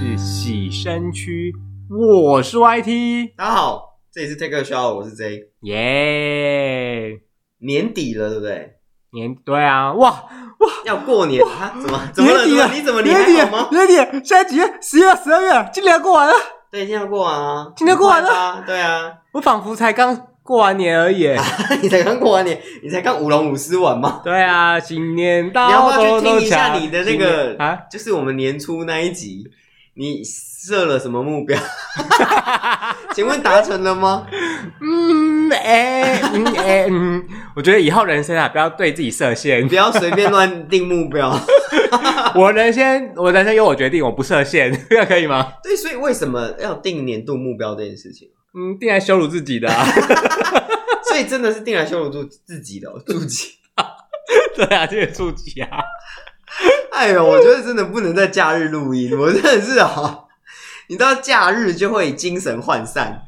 里身躯。我是 YT，大家好，这里是 Take a Show，我是 J。耶、年底了，对不对？年对啊，哇，要过年了，啊怎么怎么年底了？怎么了，了你怎么你年底还了好吗？年底了，现在几月？十月、十二月，今年过完了，对，今天要过完啊，今天过完了啊，对啊，我仿佛才刚过完年而 已。你才刚过完年，你才刚舞龙舞狮完吗？对啊，新年到，你要不要去咚咚听一下锵你的那新个年啊？就是我们年初那一集，你设了什么目标？请问达成了吗？嗯，哎、嗯，哎、嗯， 我觉得以后人生啊，不要对自己设限不。要随便乱定目标。我人生，我人生由我决定，我不设限， 这样可以吗？对，所以为什么要定年度目标这件事情？嗯，定来羞辱自己的、啊。 所以真的是定来羞辱住自己的、哦，自己。对啊，这个触及啊。 哎呦，我觉得真的不能在假日录音，我真的是啊、你到假日就会精神涣散，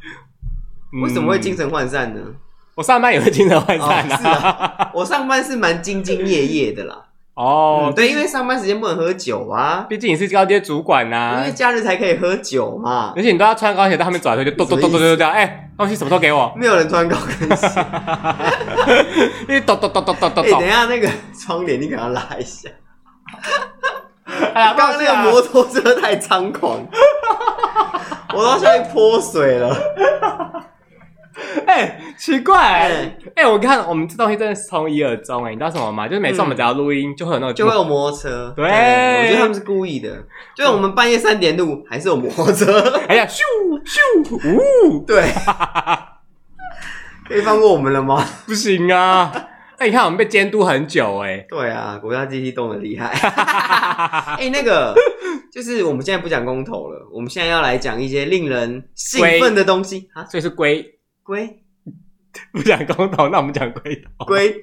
嗯为什么会精神？神涣散呢？我上班也会精神涣散哦是啊。我上班是蛮兢兢业业的啦， 哦嗯，，对，因为上班时间不能喝酒啊，毕竟你是高阶主管因呐、为假日才可以喝酒嘛，而且你都要穿高跟鞋到他们走的时候就咚咚咚咚咚咚，哎、东西什么时候给我？没有人穿高跟鞋。 哦因为咚咚咚咚咚咚哎，等一咚。下那个窗帘你给它拉一下，哎呀，刚刚那个摩托车太猖 狂，我都要下去泼水了。哎、奇怪、哎哎、我看我们这东西真的是从一而终哎、你知道什么吗？就是每次我们只要录音，就会有那种嗯就会有摩托车。对哎我觉得他们是故意的。对，我们半夜三点录，还是有摩托车。哎呀，咻咻，呜， 对，可以放过我们了吗？ 不行啊！哎、你看我们被监督很久哎、对啊，国家机器动的厉害。 哎、那个就是我们现在不讲公投了，我们现在要来讲一些令人兴奋的东西啊。所以是龟龟不讲公投，那我们讲龟头。龟，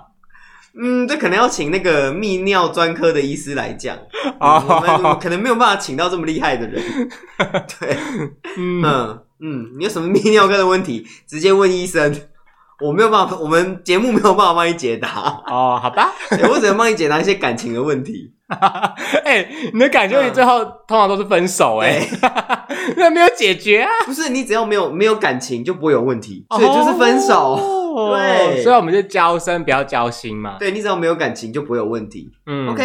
嗯，这可能要请那个泌尿专科的医师来讲。哦嗯我们我们可能没有办法请到这么厉害的人。对。嗯，嗯，嗯，你有什么泌尿科的问题，直接问医生。我没有办法，我们节目没有办法帮你解答， 哦，好吧。对我只能帮你解答一些感情的问题。 哎、你的感嗯觉你最后通常都是分手哎、 那没有解决啊，不是你只要没有没有感情就不会有问题，哦所以就是分手。 哦对所以我们就交生，不要交心嘛。对你只要没有感情就不会有问题。嗯 OK，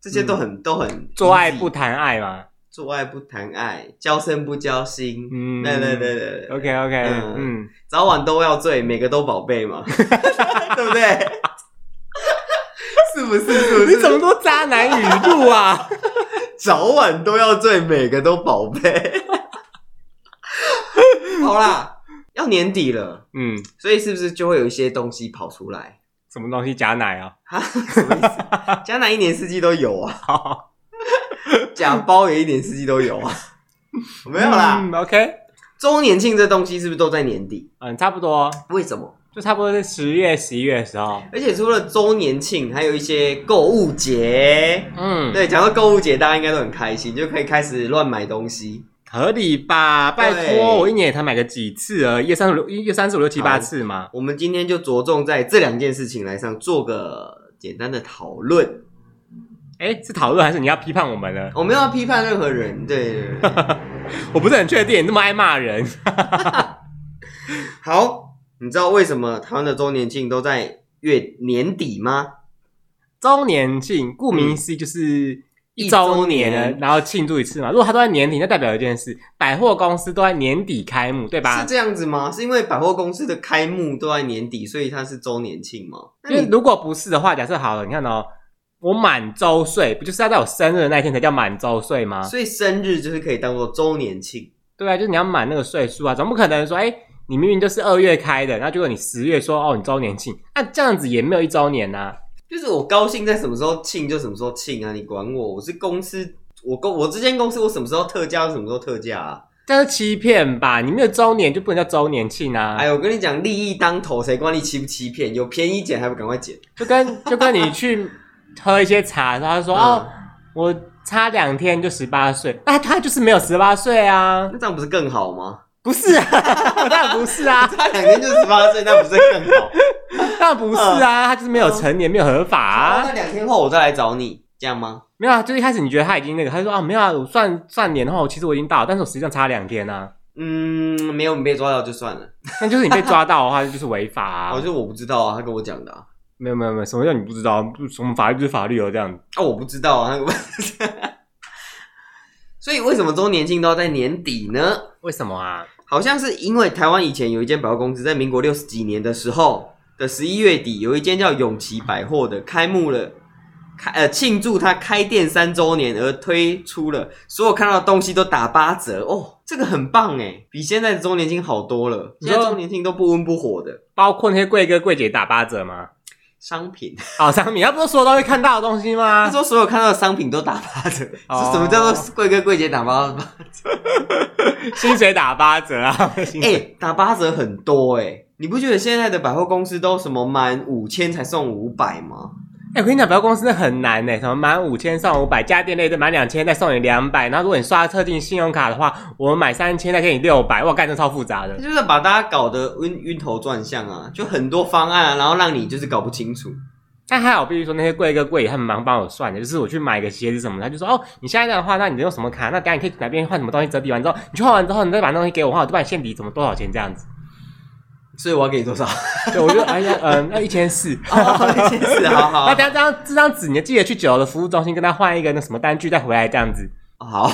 这嗯些都很都很做爱不 easy 谈爱嘛。做爱不谈爱，交身不交心。嗯对对对对对， OK OK，嗯嗯早晚都要醉，每个都宝贝嘛， 对不对？ 是不是？是不是？你怎么都渣男语录啊？ 早晚都要醉，每个都宝贝。 好啦，要年底了，嗯，所以是不是就会有一些东西跑出来？什么东西假奶啊？ 哈，什么意思？江南一年四季都有啊，假包也一年四季都有啊。 没有啦，嗯，OK，周年庆这东西是不是都在年底？嗯，差不多，为什么？就差不多是十月、十一月的时候。而且除了周年庆，还有一些购物节。嗯，，对，讲到购物节，大家应该都很开心，就可以开始乱买东西。合理吧？拜对托，我一年也才买个几次而已，一二三四五六，一二三四五六七八好次嘛。我们今天就着重在这两件事情来上做个简单的讨论。哎，是讨论还是你要批判我们呢？我没有要批判任何人，对对对对我不是很确定，你那么爱骂人。 好，你知道为什么台湾的周年庆都在月年底吗？周年庆，顾名思义就是一嗯一周周年，年然后庆祝一次嘛。如果它都在年底，那代表一件事：百货公司都在年底开幕，对吧是？这样子吗？是因为百货公司的开幕都在年底，所以它是周年庆吗？因那为你如果不是的话，假设好了，你看哦，我满周岁，不就是要在我生日的那一天才叫满周岁吗？所以生日就是可以当做周年庆，对啊，就是你要满那个岁数啊，总不可能说，哎、你明明就是二月开的，那结果你十月说哦你周年庆，那这样子也没有一周年啊呐、就是我高兴在什么时候庆就什么时候庆啊，你管我？我是公司，我公我这间公司我什么时候特价就什么时候特价啊？这是欺骗吧？你没有周年就不能叫周年庆啊！哎，我跟你讲，利益当头，谁管你欺不欺骗？有便宜捡还不赶快捡？就跟就跟你去喝一些茶，然后他说、嗯哦，我差两天就十八岁，那他就是没有十八岁啊，那这样不是更好吗？不是啊， 当然不是啊，差两天就十八岁，那不是更好？嗯当然不是啊，他就是没有成年，没有合法啊，那啊，两天后我再来找你，这样吗？没有啊，就一开始你觉得他已经那个，他就说啊，没有啊，我算算年后，其实我已经到了，但是我实际上差两天啊。嗯，没有被抓到就算了。那就是你被抓到的话，就是违法啊。 我、哦、就我不知道啊，他跟我讲的啊，没有没有没有，什么叫你不知道？不什么法律就是法律哦，这样。啊我不知道啊。 他所以为什么周年庆都要在年底呢？为什么啊？好像是因为台湾以前有一间百货公司，在民国六十几年的时候的十一月底，有一间叫永琪百货的开幕了，开呃庆祝它开店三周年而推出了，所有看到的东西都打八折哦，这个很棒哎，比现在的周年庆好多了。你现说在周年庆都不温不火的包括那些贵哥贵姐打八折吗？商 品，好、商品，他不是所有都会看到的东西他吗？说所有看到的商品都打八折，哦是什么叫做贵哥贵姐打八折？薪水打八折啊！薪哎、水打八折很多哎、你不觉得现在的百货公司都什么满五千才送五百吗？ 哎、我跟你讲，百货公司那很难呢、欸什么满五千送五百，家电类的满两千再送你两百，然后如果你刷特定信用卡的话，我们买三千再给你六百，哇，干这超复杂的他。就是把大家搞得晕晕头转向啊，就很多方案啊，然后让你就是搞不清楚。但还好，必须说那些贵哥贵姐他们蛮帮我算的，就是我去买个鞋子什么的，他就说哦，你现在这样的话，那你用什么卡？那等下你可以哪边换什么东西折抵完之后，你去换完之后，你再把那东西给我的话，我就把你现抵怎么多少钱这样子。所以我要给你多少？对， 我就哎呀，嗯，要一千四。哦，一千四， 好好那等下这张这张纸，你记得去九楼的服务中心跟他换一个那什么单据再回来这样子。好，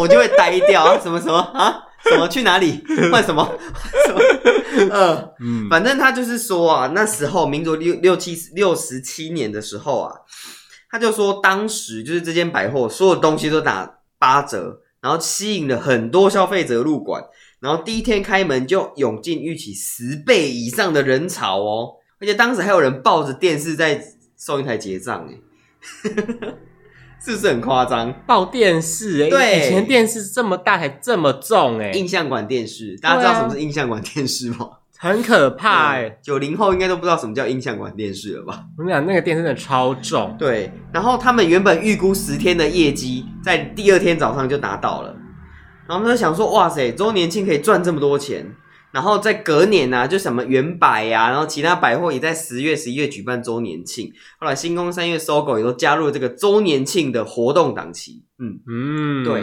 我就会呆掉啊，什么什么啊，什么去哪里换什么什么，呃，嗯，反正他就是说啊，那时候民国六六七六十七年的时候啊，他就说当时就是这间百货所有东西都打八折，然后吸引了很多消费者入馆，然后第一天开门就涌进预期十倍以上的人潮哦，而且当时还有人抱着电视在收银台结账哎，是不是很夸张？抱电视、欸，对以前电视这么大还这么重、欸，印象馆电视，大家知对道啊什么是印象馆电视吗？很可怕、欸，九零、后应该都不知道什么叫印象馆电视了吧？我跟你讲，那个电视真的超重，对，然后他们原本预估十天的业绩，在第二天早上就达到了，然后他就想说，哇塞，周年庆可以赚这么多钱，然后在隔年呢、啊，就什么原百呀、然后其他百货也在十月、十一月举办周年庆，后来星光三月、搜狗也都加入了这个周年庆的活动档期，嗯，嗯，对，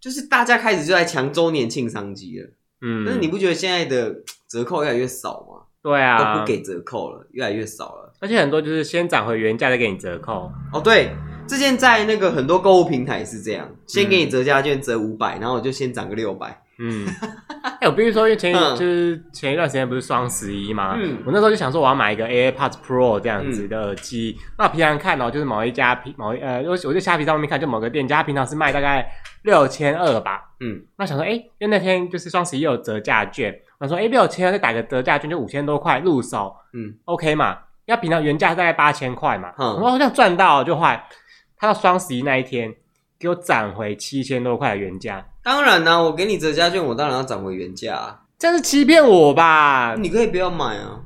就是大家开始就在抢周年庆商机了，嗯，但是你不觉得现在的折扣越来越少吗？对啊，都不，给折扣了，越来越少了。而且很多就是先涨回原价再给你折扣，哦，对，之前在那个很多购物平台是这样，先给你折价券折五百，然后我就先涨个六百。嗯， 哎、我必须说，因为前一、嗯就是前一段时间不是双十一嘛，嗯我那时候就想说我要买一个 AirPods Pro 这样子的耳机。那平常看哦，就是某一家平某一呃，我我就虾皮上面看，就某个店家平常是卖大概六千二吧。嗯，那想说，哎、因为那天就是双十一有折价券，我想说，哎、6六千二再打个折价券就五千多块入手，嗯，OK 嘛？要平常原价大概八千块嘛，嗯然哦后这样赚到就坏。他到双十一那一天给我涨回七千多块的原价，当然啦、我给你折价券，我当然要涨回原价、啊。这样是欺骗我吧？你可以不要买啊。，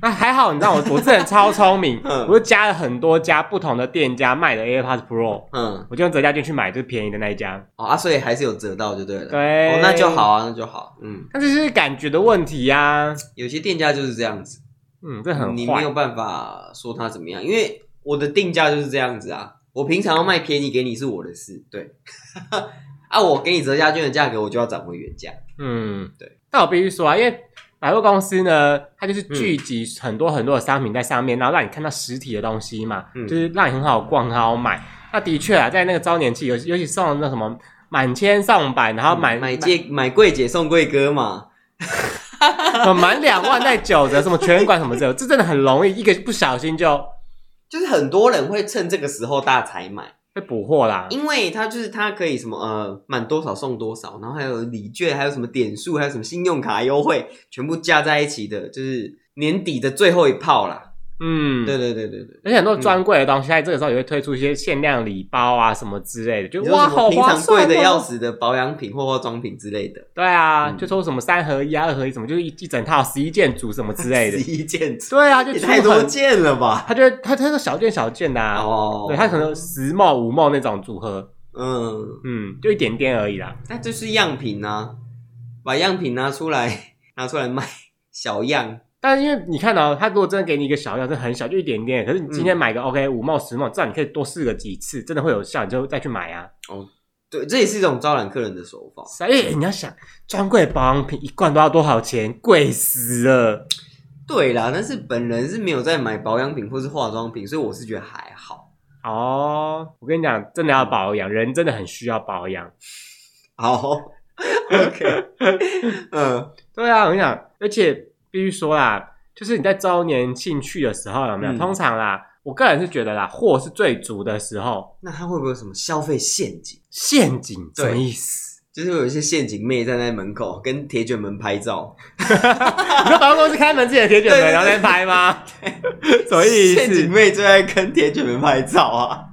那还好，你知道我我这人超聪明 嗯我就加了很多家不同的店家卖的 AirPods Pro，嗯，我就用折价券去买最便宜的那一家。哦啊，所以还是有折到就对了。对哦，那就好啊，那就好。嗯，但是是感觉的问题呀、有些店家就是这样子，嗯，这很你没坏有。办法说他怎么样，因为我的定价就是这样子啊。我平常要卖便宜给你是我的事，对。 啊，我给你折价券的价格，我就要涨回原价。嗯，对。但我必须说啊，因为百货公司呢，它就是聚集嗯很多很多的商品在上面，然后让你看到实体的东西嘛，嗯就是让你很好逛、很好买。那的确啊，在那个周年庆，尤其尤其送那什么满千送百，然后满嗯买借买贵姐送贵哥嘛，满哦满两万在九折，什么全馆什么折，这真的很容易，一个不小心就就是很多人会趁这个时候大采买，被捕获啦。因为它就是它可以什么呃满多少送多少，然后还有礼券，还有什么点数，还有什么信用卡优惠，全部加在一起的，就是年底的最后一炮啦。嗯，对对对对对。而且很多专柜的东西，在这个时候也会推出一些限量礼包啊什么之类的，就你说哇，什么好平划常算、贵哦！的要死的保养品或化妆品之类的，对啊，嗯就说什么三合一啊、二合一什么，就是一一整套十一件组什么之类的。 十一件组对啊，就也出太多很，件了吧？他就他他是小件小件的啊，哦，对他可能十帽五帽那种组合，嗯，嗯，就一点点而已啦。那就是样品啊，把样品拿出来拿出来卖，小样但是因为你看到、他如果真的给你一个小样，真的很小，就一点点。可是你今天买嗯个、OK 五毛十毛，这样你可以多试个几次，真的会有效，你就再去买啊。对，这也是一种招揽客人的手法。是啊，因为你要想，专柜保养品一罐都要多少钱，贵死了。对啦，但是本人是没有在买保养品或是化妆品，所以我是觉得还好。哦，我跟你讲，真的要保养，人真的很需要保养。好，OK，嗯对啊，我跟你讲，而且必须说啦，就是你在周年庆去的时候，有没有？嗯通常啦，我个人是觉得啦，货是最足的时候，那他会不会有什么消费陷阱？陷阱对什么意思？就是会有一些陷阱妹站在门口跟铁卷门拍照，你说百货公司开门自己的铁卷对门，对然后在拍吗？什么意陷阱思？妹最爱跟铁卷门拍照啊。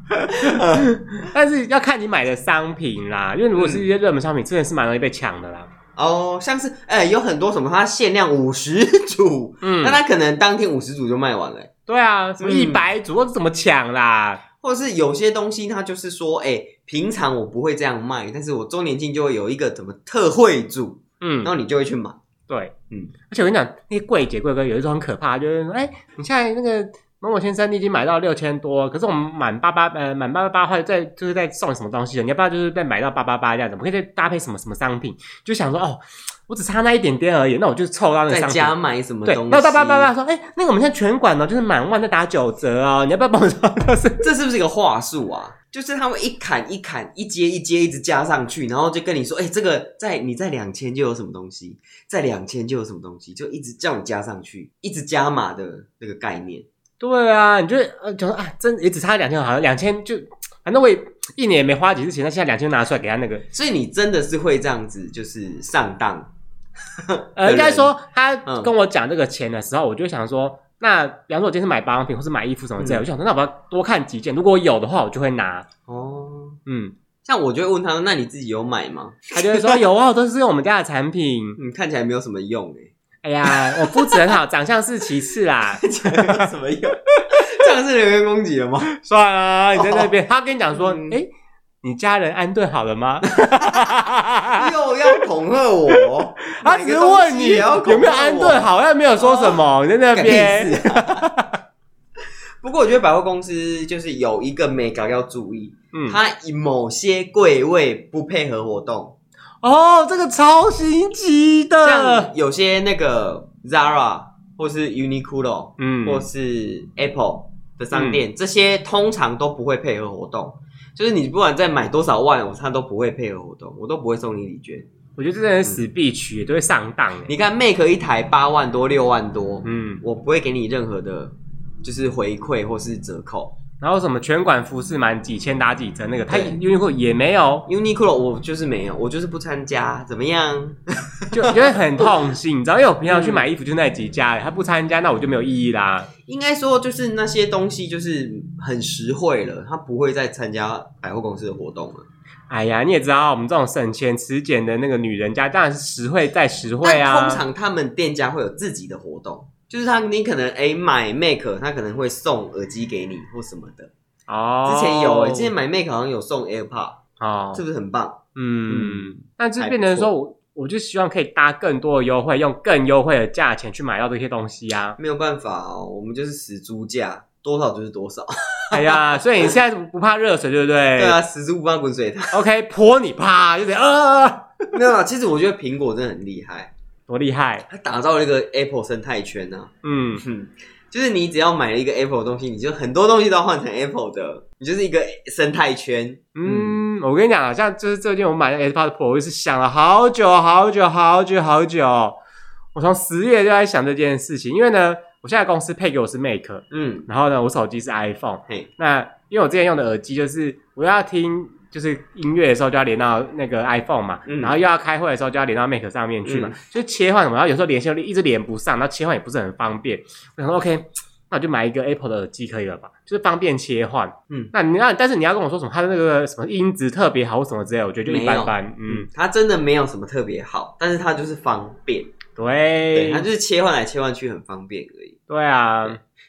但是要看你买的商品啦，因为如果是一些热门商品，真的是蛮容易被抢的啦。哦，像是哎、有很多什么，它限量五十组，嗯那，它可能当天五十组就卖完了、对啊，什么嗯一百组，怎么抢啦？或者是有些东西它就是说，哎、平常我不会这样卖，但是我周年庆就会有一个怎么特惠组，嗯然，后你就会去买。对，嗯，而且我跟你讲，那些柜姐柜哥有一种很可怕，就是说，哎、你现在那个某某先生，你已经买到六千多，可是我们满八八呃满八八八，或者再就是再送你什么东西了，你要不要就是再买到八八八这样子？我们可以再搭配什么什么商品？就想说，哦，我只差那一点点而已，那我就凑到那个在商品。家买什么对东，西？那八八八八说，哎、那个我们现在全馆呢，就是满万再打九折哦，你要不要帮我说？就是这是不是一个话术啊？就是他会一砍一砍，一阶一阶一直加上去，然后就跟你说，哎、这个在你在两千就有什么东西，在两千就有什么东西，就一直叫你加上去，一直加码的那个概念。 对啊，你就会呃想说啊，真也只差两千，好像两千就，反正我也一年也没花几次钱，那现在两千拿出来给他那个。所以你真的是会这样子，就是上当。呃，的应该人说他嗯跟我讲这个钱的时候，我就想说，那比方说我今天是买保养品或是买衣服什么之类的，嗯我就想说，那我要多看几件，如果有的话，我就会拿。哦， 嗯，像我就会问他，那你自己有买吗？他就会说有啊，我都是用我们家的产品。嗯，看起来没有什么用 哎哎、呀，我肤质很好，长相是其次啦。看起来没有什么用，这样是人身攻击 了吗？算了，你在那边，他跟你讲说，嗯哎、你家人安顿好了 吗？又要恐吓我？他只是问你有没有安顿好。好，他没有说什么。你在那啊 干屁边，事啊 不过我觉得百货公司就是有一个 mega 要注意，嗯，它某些柜位不配合活动，哦，这个超心机的像，有些那个 Zara 或是 Uniqlo 嗯或是 Apple 的商店，这些通常都不会配合活动。就是你不管再买多少万，我它都不会配合活动，我都不会送你礼券。我觉得这真的是死必区，都会上当欸。你看 Make 一台八万多、六万多，嗯，我不会给你任何的，就是回馈或是折扣。然后什么全馆服饰满几千打几折那个，他对优衣库也没有， Uniqlo 我就是没有，我就是不参加，怎么样？就因为很痛心，你知道，因为我平常去买衣服就那几家，他不参加，那我就没有意义啦。应该说就是那些东西就是很实惠了，他不会再参加百货公司的活动了。哎呀，你也知道，我们这种省钱持俭的那个女人家，当然是实惠再实惠但啊。通常他们店家会有自己的活动，就是他你可能哎、买 Make，他可能会送耳机给你或什么的。哦，之前有哎、之前买 Make 好像有送 AirPod，哦是，不是很棒？嗯嗯，那就变成说我。我就希望可以搭更多的优惠，用更优惠的价钱去买到这些东西 啊！没有办法哦，我们就是死猪价，多少就是多少。哎呀，所以你现在不怕热水，对不对？对啊，死猪不怕滚水烫。 OK，泼你啪，就得啊，没有啊，其实我觉得苹果真的很厉害，多厉害！它打造了一个 Apple 生态圈啊。嗯，嗯， 就是你只要买了一个 Apple 的东西，你就很多东西都要换成 Apple 的，你就是一个生态圈。嗯，我跟你讲，好像就是最近我买的 AirPods Pro，我就是想了好久好久好久好久，我从十月就在想这件事情，因为呢，我现在公司配给我是 Make，嗯，然后呢，我手机是 iPhone，嘿，那因为我之前用的耳机就是我要听。就是音乐的时候就要连到那个 iPhone 嘛，嗯然后又要开会的时候就要连到 Mac 上面去嘛，嗯就切换什么，然后有时候连线又一直连不上，然后切换也不是很方嗯便。我想说 OK，那我就买一个 Apple 的耳机可以了吧，就是方便切换。嗯那你那但是你要跟我说什么，它的那个什么音质特别好或什么之类的，我觉得就一般般。嗯嗯，，它真的没有什么特别好，但是它就是方便，对，对它，就是切换来切换去很方便而已，对啊，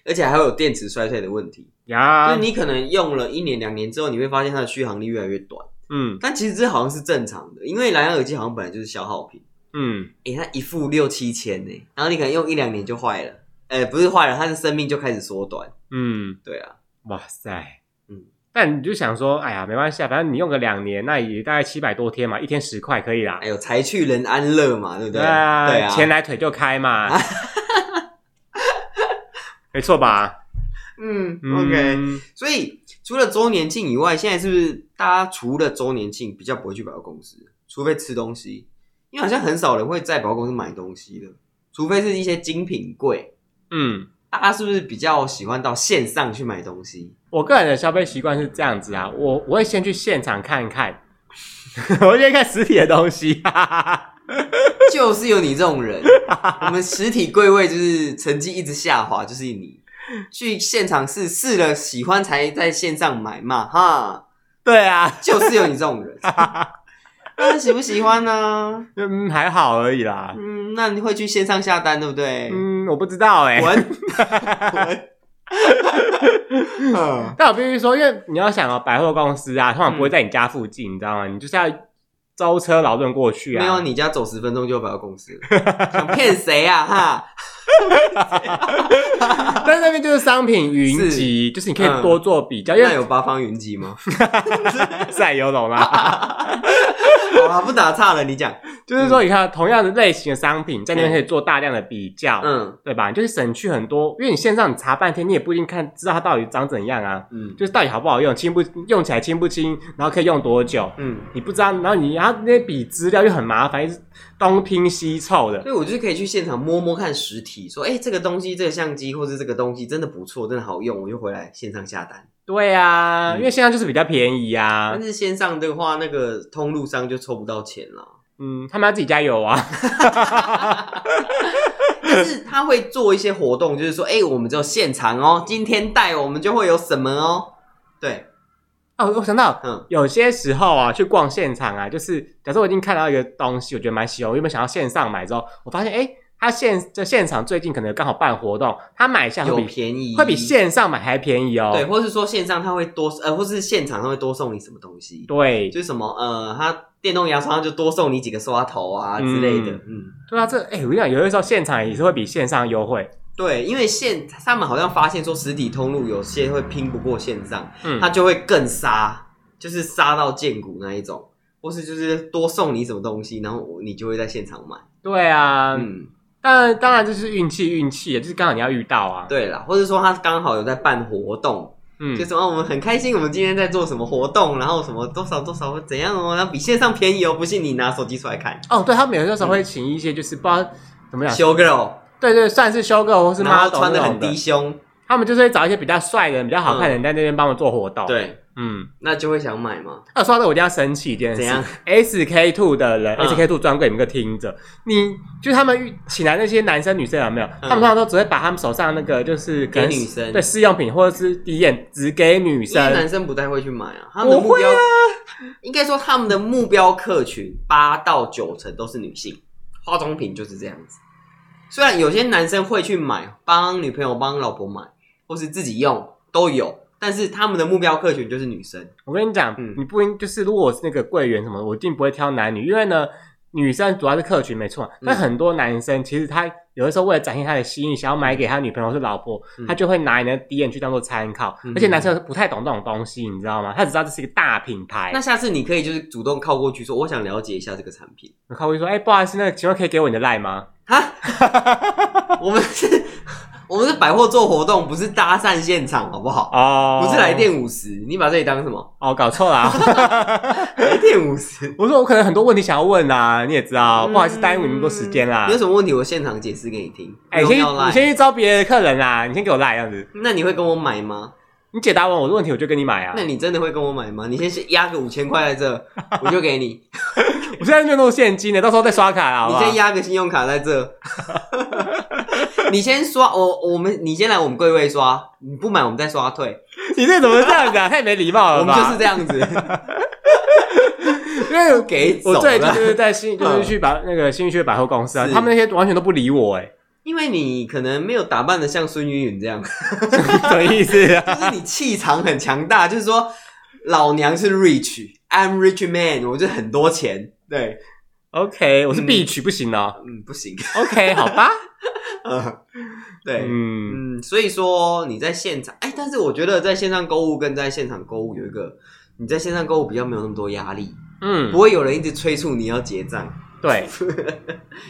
而且还会有电池衰退的问题，就呀是，你可能用了一年两年之后，你会发现它的续航力越来越短，嗯，但其实这好像是正常的，因为蓝牙耳机好像本来就是消耗品，嗯，诶、它一副六七千呢、然后你可能用一两年就坏了，诶、不是坏了，它的生命就开始缩短。嗯，对啊，哇塞，嗯但你就想说，哎呀，没关系啊，反正你用个两年，那也大概七百多天嘛，一天十块可以啦哎。呦，财去人安乐嘛，对不对？啊，对啊，钱来腿就开 嘛，没错吧嗯嗯，OK。所以除了周年庆以外，现在是不是大家除了周年庆比较不会去百货公司，除非吃东西，因为好像很少人会在百货公司买东西的，除非是一些精品柜。嗯，大家是不是比较喜欢到线上去买东西？我个人的消费习惯是这样子啊，我我会先去现场看一看， 我先看实体的东西， 哈哈哈就是有你这种人，我们实体柜位就是成绩一直下滑，就是你去现场试试了喜欢才在线上买嘛，哈，对啊，就是有你这种人。 那喜不喜欢呢？嗯，还好而已啦，嗯，那你会去线上下单，对不对？嗯，我不知道哎、滚滚！ 但我必须说，因为你要想哦，百货公司啊，通常不嗯会在你家附近，你知道吗？你就是要舟车劳顿过去啊。没有，你家走十分钟就有百货公司了，想骗谁啊？哈，但是那边就是商品云集，就是你可以多做比较，因嗯那 为有八方云集吗？ 赛游龙啦，好啦，不打岔了，你讲。就是嗯说你看同样的类型的商品，在那边可以做大量的比较，嗯对吧？你就是省去很多，因为你线上你查半天，你也不一定看知道它到底长怎样啊，嗯就是到底好不好用，轻不用起来轻不轻，然后可以用多久，嗯，你不知道，然后你然后那些比资料又很麻烦，一直东拼西凑的所，以我就是可以去现场摸摸看实体，说，哎、这个东西，这个相机，或是这个东西真的不错，真的好用，我就回来线上下单。对啊，嗯因为线上就是比较便宜啊但，是线上的话，那个通路商就抽不到钱了，嗯，他们要自己加油啊， 但是他会做一些活动，就是说，哎、我们只有现场 哦，今天带我们就会有什么哦，对，哦，我想到嗯有些时候啊，去逛现场啊，就是假设我已经看到一个东西，我觉得蛮喜欢，我原本想要线上买之后，我发现哎，诶它现这现场最近可能刚好办活动，它买下有会比便宜，会比线上买还便宜哦。对，或是说线上他会多呃，或是现场他会多送你什么东西，对就是什么呃，他电动牙刷他就多送你几个刷头啊之类的，嗯嗯，对啊，这哎，诶我跟你讲，有的时候现场也是会比线上优惠。对，因为现他们好像发现说实体通路有些会拼不过线上，嗯他，就会更杀，就是杀到见骨那一种，或是就是多送你什么东西，然后我你就会在现场买，对啊，嗯，但当然就是运气，运气，就是刚好你要遇到啊。对啦，或者说他刚好有在办活动，嗯就，什哦么我们很开心，我们今天在做什么活动，然后什么多少多少会怎样哦，然后比线上便宜哦，不信你拿手机出来看哦，对他们有的时候会请一些就是不知道怎么讲， ，show girl，对对，算是修个或啊是然后 model 穿的那很种的低，胸，他们就是会找一些比较帅的人、比较好看的人在那边帮我做活动。，对，嗯。那就会想买嘛，啊，说到这，我一定要生气一件事。怎样 SK two 的人、嗯 s k two 专柜，你们给我听着，你就是他们遇请来那些男生女生有没有？他们嗯通常都只会把他们手上那个就是可能给女生对试用品或者是底眼只给女因为生。男生不太会去买啊，他们的啊我目会标啊，应该说他们的目标客群八到九成都是女性，化妆品就是这样子。虽然有些男生会去买，帮女朋友、帮老婆买，或是自己用都有，但是他们的目标客群就是女生。我跟你讲，嗯你不应就是如果我是那个柜员什么，我一定不会挑男女，因为呢。女生主要是客群没错，嗯但很多男生其实他有的时候为了展现他的心意，想要买给他女朋友或是老婆，嗯他就会拿你的底眼去当做参考。嗯而且男生不太懂这种东西，你知道吗？他只知道这是一个大品牌。那下次你可以就是主动靠过去说，我想了解一下这个产品。然后我就说：“哎、不好意思，那个请问可以给我你的赖吗哈，我们是，我们是百货做活动，不是搭讪现场，好不？”好？哦，不是来电五十，你把这里当什么？哦，搞错了、啊。 来电五十。我说我可能很多问题想要问啊，你也知道，嗯不好意思耽误你那么多时间啦你有。什么问题，我现场解释给你听。啊哎、不你先用要赖你先去招别的客人啦，你先给我赖这样子。那你会跟我买吗？你解答完我的问题，我就跟你买啊那。你真的会跟我买吗？你先先压个五千块在这，我就给你。我现在就弄现金的，到时候再刷卡啦， 好不你好？先压个信用卡在这， 你先刷我我们你先来我们柜位刷，你不买我们再刷退，你这怎么这样子啊？太没礼貌我了们吧？就是这样子。因为给走我了最近就是在新，就是嗯去百那个新区的百货公司啊，是他们那些完全都不理我、哎，因为你可能没有打扮的像孙云云这样，什么意思啊？就是你气场很强大，就是说老娘是 rich，I'm rich man，我就很多钱。对， OK，我是嗯必取不行哦。嗯，不行。呃 OK，好 吧。对，嗯，嗯，所以说你在现场，哎，但是我觉得在线上购物跟在现场购物有一个，你在线上购物比较没有那么多压力，嗯不，会有人一直催促你要结账， 对。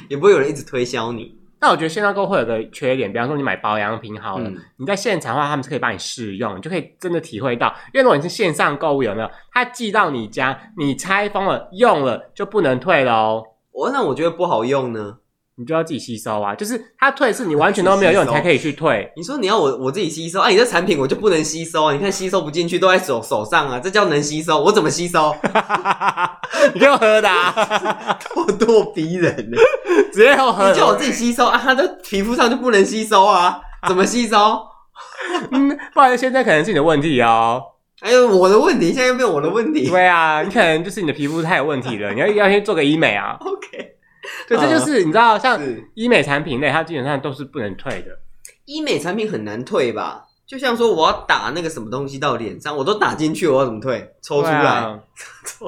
也不会有人一直推销你。但我觉得线上购物会有个缺点，比方说你买保养品好了，嗯你在现场的话，他们是可以帮你试用，你就可以真的体会到。因为如果你是线上购物，有没有？他寄到你家，你拆封了用了就不能退喽，我那我觉得不好用呢。你就要自己吸收啊。就是他退是你完全都没有用，自你己吸收才可以去退。你说你要我我自己吸收，啊，你这产品我就不能吸收啊！你看吸收不进去，都在手手上啊，这叫能吸收？我怎么吸收？你给我喝的、 啊，咄咄逼人呢！直接给我喝你的。叫我自己吸收啊，它的皮肤上就不能吸收啊，怎么吸收？嗯，不然现在可能是你的问题哦。哎呦，我的问题现在又变我的问题。对啊，你可能就是你的皮肤太有问题了，你要要先做个医美啊。 OK，对，这就是你知道，像嗯是医美产品类，它基本上都是不能退的。医美产品很难退吧？就像说我要打那个什么东西到脸上，我都打进去，我要怎么退？抽出对来？ 啊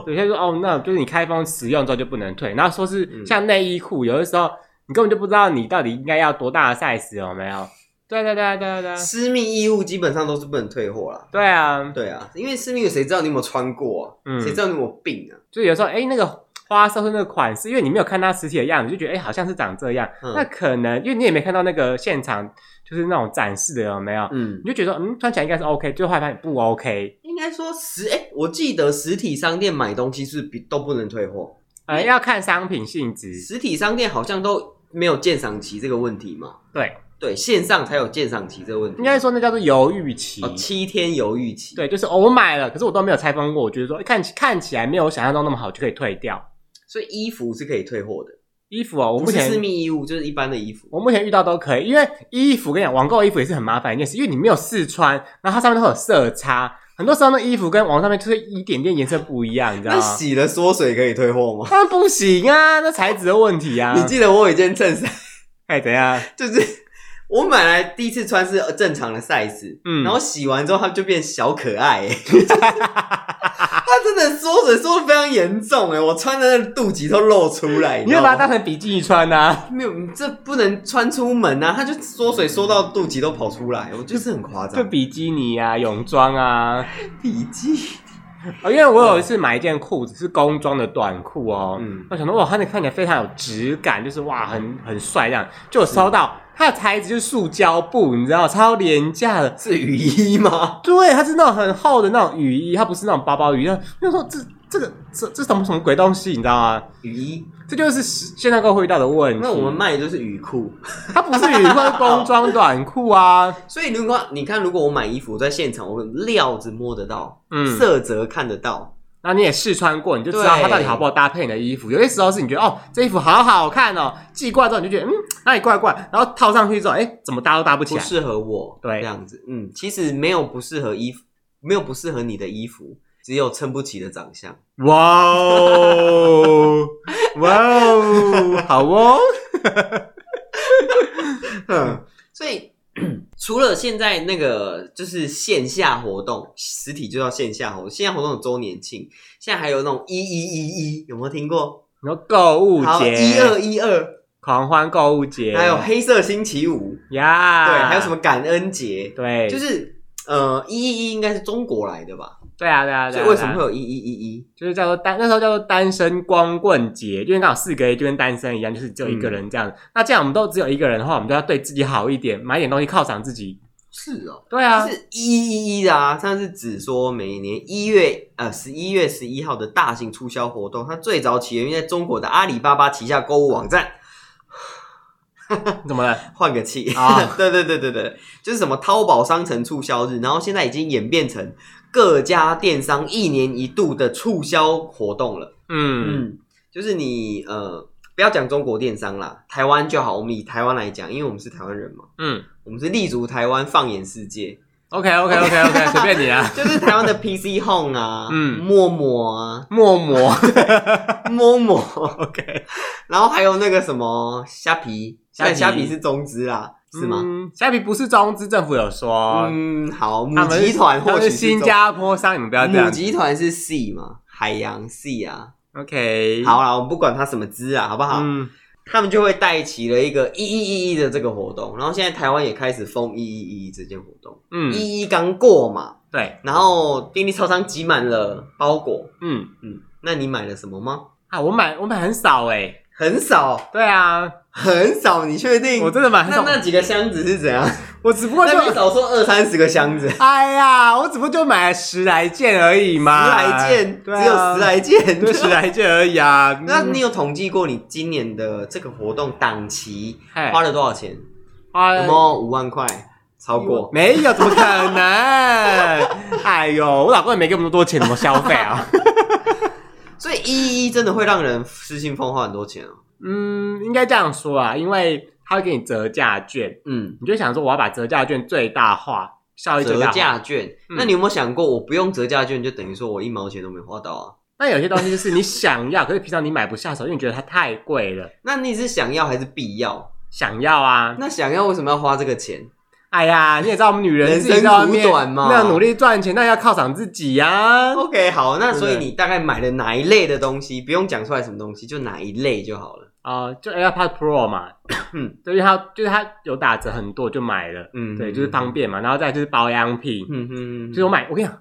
有些说哦，那就是你开封使用之后就不能退，然后说是嗯像内衣裤，有的时候你根本就不知道你到底应该要多大的 size 有没有？对对对对对私密衣物基本上都是不能退货啦。对啊，对啊，因为私密衣物谁知道你有没有穿过、啊？嗯谁知道你有没有病啊？就是有时候哎那个。花色或那个款式，因为你没有看它实体的样子，就觉得哎、好像是长这样。嗯那可能因为你也没看到那个现场，就是那种展示的有没有？嗯你，就觉得嗯穿起来应该是 OK，最后来发现不 OK，应该说实，哎、我记得实体商店买东西是比都不能退货，呃要看商品性质。实体商店好像都没有鉴赏期这个问题嘛。对，对，线上才有鉴赏期这个问题。应该说那叫做犹豫期。哦，七天犹豫期。，对，就是、哦我买了，可是我都没有拆封过，我觉得说哎看起看起来没有我想象中那么好，就可以退掉。所以衣服是可以退货的，衣服哦，我目不是私前密衣物，就是一般的衣服。我目前遇到都可以，因为衣服跟你讲，网购衣服也是很麻烦一件事，因为你没有试穿，然后它上面都会有色差，很多时候那衣服跟网上面就是一点点颜色不一样，你知道那吗？洗了缩水可以退货吗？当然不行啊，那材质的问题啊。你记得我有一件衬衫，哎怎样？就是 我买来第一次穿是正常的 size，嗯然后洗完之后它就变小可爱、欸， 它真的缩水缩的非常严重哎、我穿的那个肚脐都露出来，你知就道把它吗当成比基尼穿啊，没有，你这不能穿出门啊！它就缩水缩到肚脐都跑出来，我觉得这很夸就张。比基尼啊，泳装啊。笔记，哦，因为我有一次买一件裤子是工装的短裤哦，嗯我想说哇，它那看起来非常有质感，就是哇，很很帅这样。就我收到嗯它的材质就是塑胶布，你知道，超廉价的。是雨衣吗？对，它是那种很厚的那种雨衣，它不是那种包包雨衣。那那时候这这个这这什么什么鬼东西，你知道吗？雨衣，这就是现在购会遇到的问题。那我们卖的就是雨裤。它不是雨裤，它是工装短裤啊。所以如果你看，如果我买衣服我在现场，我料子摸得到，嗯色泽看得到，然后你也试穿过，你就知道它到底好不好搭配你的衣服。有些时候是你觉得哦，这衣服好好看哦，寄过来之后你就觉得嗯，哪里怪怪，然后套上去之后，哎，怎么搭都搭不起不来。适合我，对这样子，嗯，其实没有不适合衣服，没有不适合你的衣服，只有撑不起的长相。哇哦，哇哦，好哦，嗯，所以 除了现在那个就是线下活动，实体就叫线下活动，线下活动有周年庆，现在还有那种一一一一，有没有听过？你说购物好，节，一二一二，狂欢购物节，还有黑色星期五，呀，对，还有什么？感恩节，啊对，就是呃，一一一应该是中国来的吧？对啊，对啊，对所啊。以为什么对啊会有一一一一？就是叫做单那时候叫做单身光棍节，因为刚好四个 A 就跟单身一样，就是只有一个人这样。嗯那这样我们都只有一个人的话，我们就要对自己好一点，买点东西犒赏自己。是哦，对啊，就是一一一的啊，它是指说每年一月呃十一月十一号的大型促销活动，它最早起源于在中国的阿里巴巴旗下购物网站。怎么了？换个气啊 对对对对对，就是什么淘宝商城促销日，然后现在已经演变成各家电商一年一度的促销活动了。嗯，嗯，就是你呃，不要讲中国电商啦，台湾就好，我们以台湾来讲，因为我们是台湾人嘛，嗯我们是立足台湾，放眼世界， ，OK OK OK OK，随便你啊。就是台湾的 PC Home 啊，嗯嗯，陌陌啊，默默陌陌， ，OK，然后还有那个什么虾皮，虾皮现在虾皮是中资啦， 是吗？嗯虾皮不是中资，政府有说，嗯，好，母他们集团他 或们许是新中加坡商，你们不要这母样。集团是 C 嘛，海洋 C 啊， OK，，好啦，我们不管它什么资啊，好不好？嗯，他们就会带起了一个一一一一的这个活动，然后现在台湾也开始封一一一这件活动，嗯，一一刚过嘛，对，然后便利超商挤满了包裹，嗯，嗯，那你买了什么吗？啊，我买我买很少哎、很少，对啊，很少，你确定？我真的买很哎那少，那几个箱子是怎样？我只不过就那你少说二三十个箱子，十哎呀，我只不过就买了十来件而已嘛，来件，只对啊、有十来件，就十。来件而已啊。 那嗯你有统计过你今年的这个活动档期嗯嘿花了多少钱？花有没有五万块？超过？没有？怎么可能？ 哎呦，我老公也没给我们那么多钱，怎么消费 啊？所以一一真的会让人失心疯花很多钱哦。嗯，应该这样说啊，因为他会给你折价券，嗯，你就想说我要把折价券最大化，效益最折大化。价券。嗯那你有没有想过，我不用折价券，就等于说我一毛钱都没花到啊？那有些东西就是你想要，可是平常你买不下手，因为你觉得它太贵了。那你是想要还是必要？想要啊，那想要为什么要花这个钱？哎呀，你也知道我们女人人自己生在外苦面短嘛哦那努力赚钱，那要犒赏自己呀、啊。 OK，好，那所以对不对你大概买了哪一类的东西？不用讲出来什么东西，就哪一类就好了。啊，就 AirPod Pro 嘛，嗯嗯，对，因为它就是它有打折很多，就买了，嗯对，就是方。便嘛。然后再就是保养品，嗯嗯嗯，就是我买，我跟你讲，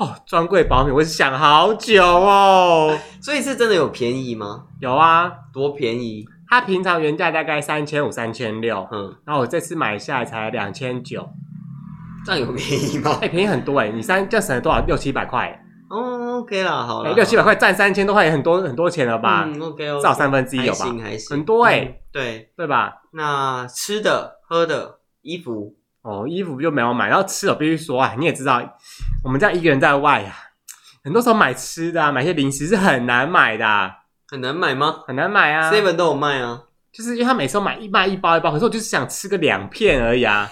哦，专柜保养品我是想好久哦。所以是真的有便宜吗？有啊，多便宜？它平常原价大概三千五、三千六，嗯，然后我这次买下来才两千九，这样有便宜吗？ 哎，便宜很多哎，你三这样省了多少？六七百块，哦，OK 啦，好哎啦，，六七百块占三千多块也很多很多钱了吧？嗯，OK 至 OK，少三分之一有吧还？行还行，很多欸嗯对，对吧？那吃的、喝的、衣服，哦，衣服就没有买，然后吃的必须说啊，你也知道，我们这样一个人在外呀、啊很多时候买吃的啊，买一些零食是很难买的啊、很难买吗很难买啊。 ？Seven 都有卖啊， 就是因为他每次都买一卖一包一包，可是我就是想吃个两片而已啊。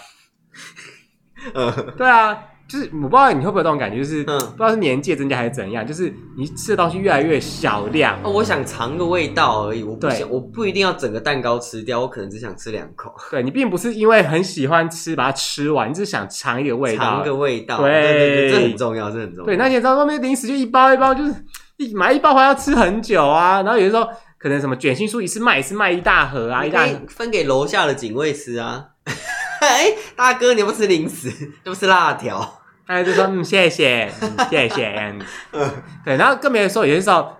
嗯对啊，就是我不知道你会不会有这种感觉，就是、嗯不知道是年纪的增加还是怎样，就是你吃的东西越来越小量。哦，我想尝个味道而已，我不对想，我不一定要整个蛋糕吃掉，我可能只想吃两口，对你并不是因为很喜欢吃把它吃完，你只是想尝一点味道尝。个味道，对对对，这很重要，这很重要。对，那些知道外面零食就一包一包，就是一买一包还要吃很久啊。然后有的时候可能什么卷心酥一次卖一次卖一大盒啊，你一可大以分给楼下的警卫吃啊。 哎、大哥，你要不吃零食， 要不吃辣条？大家就说嗯谢谢，嗯谢谢。嗯 对，然后更别说有些时候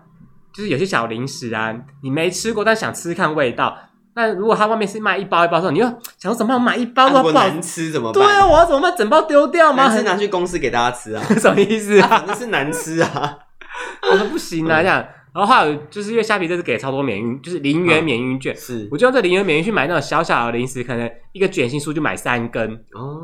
就是有些小零食啊，你没吃过但想吃吃看味道。那如果它外面是卖一包一包的时候，你又想说怎么办买一包啊如我果不好？难吃怎么办？对啊，我要怎么办？整包丢掉吗？难吃很拿去公司给大家 吃啊，什么意思啊？反正是难吃 啊。我说不行嗯啊，这样。然后还有就是因为虾皮这次给超多免运，就是零元嗯免运券。是我就用这零元免运去买那种小小的零食，可能一个卷心酥就买三根，哦，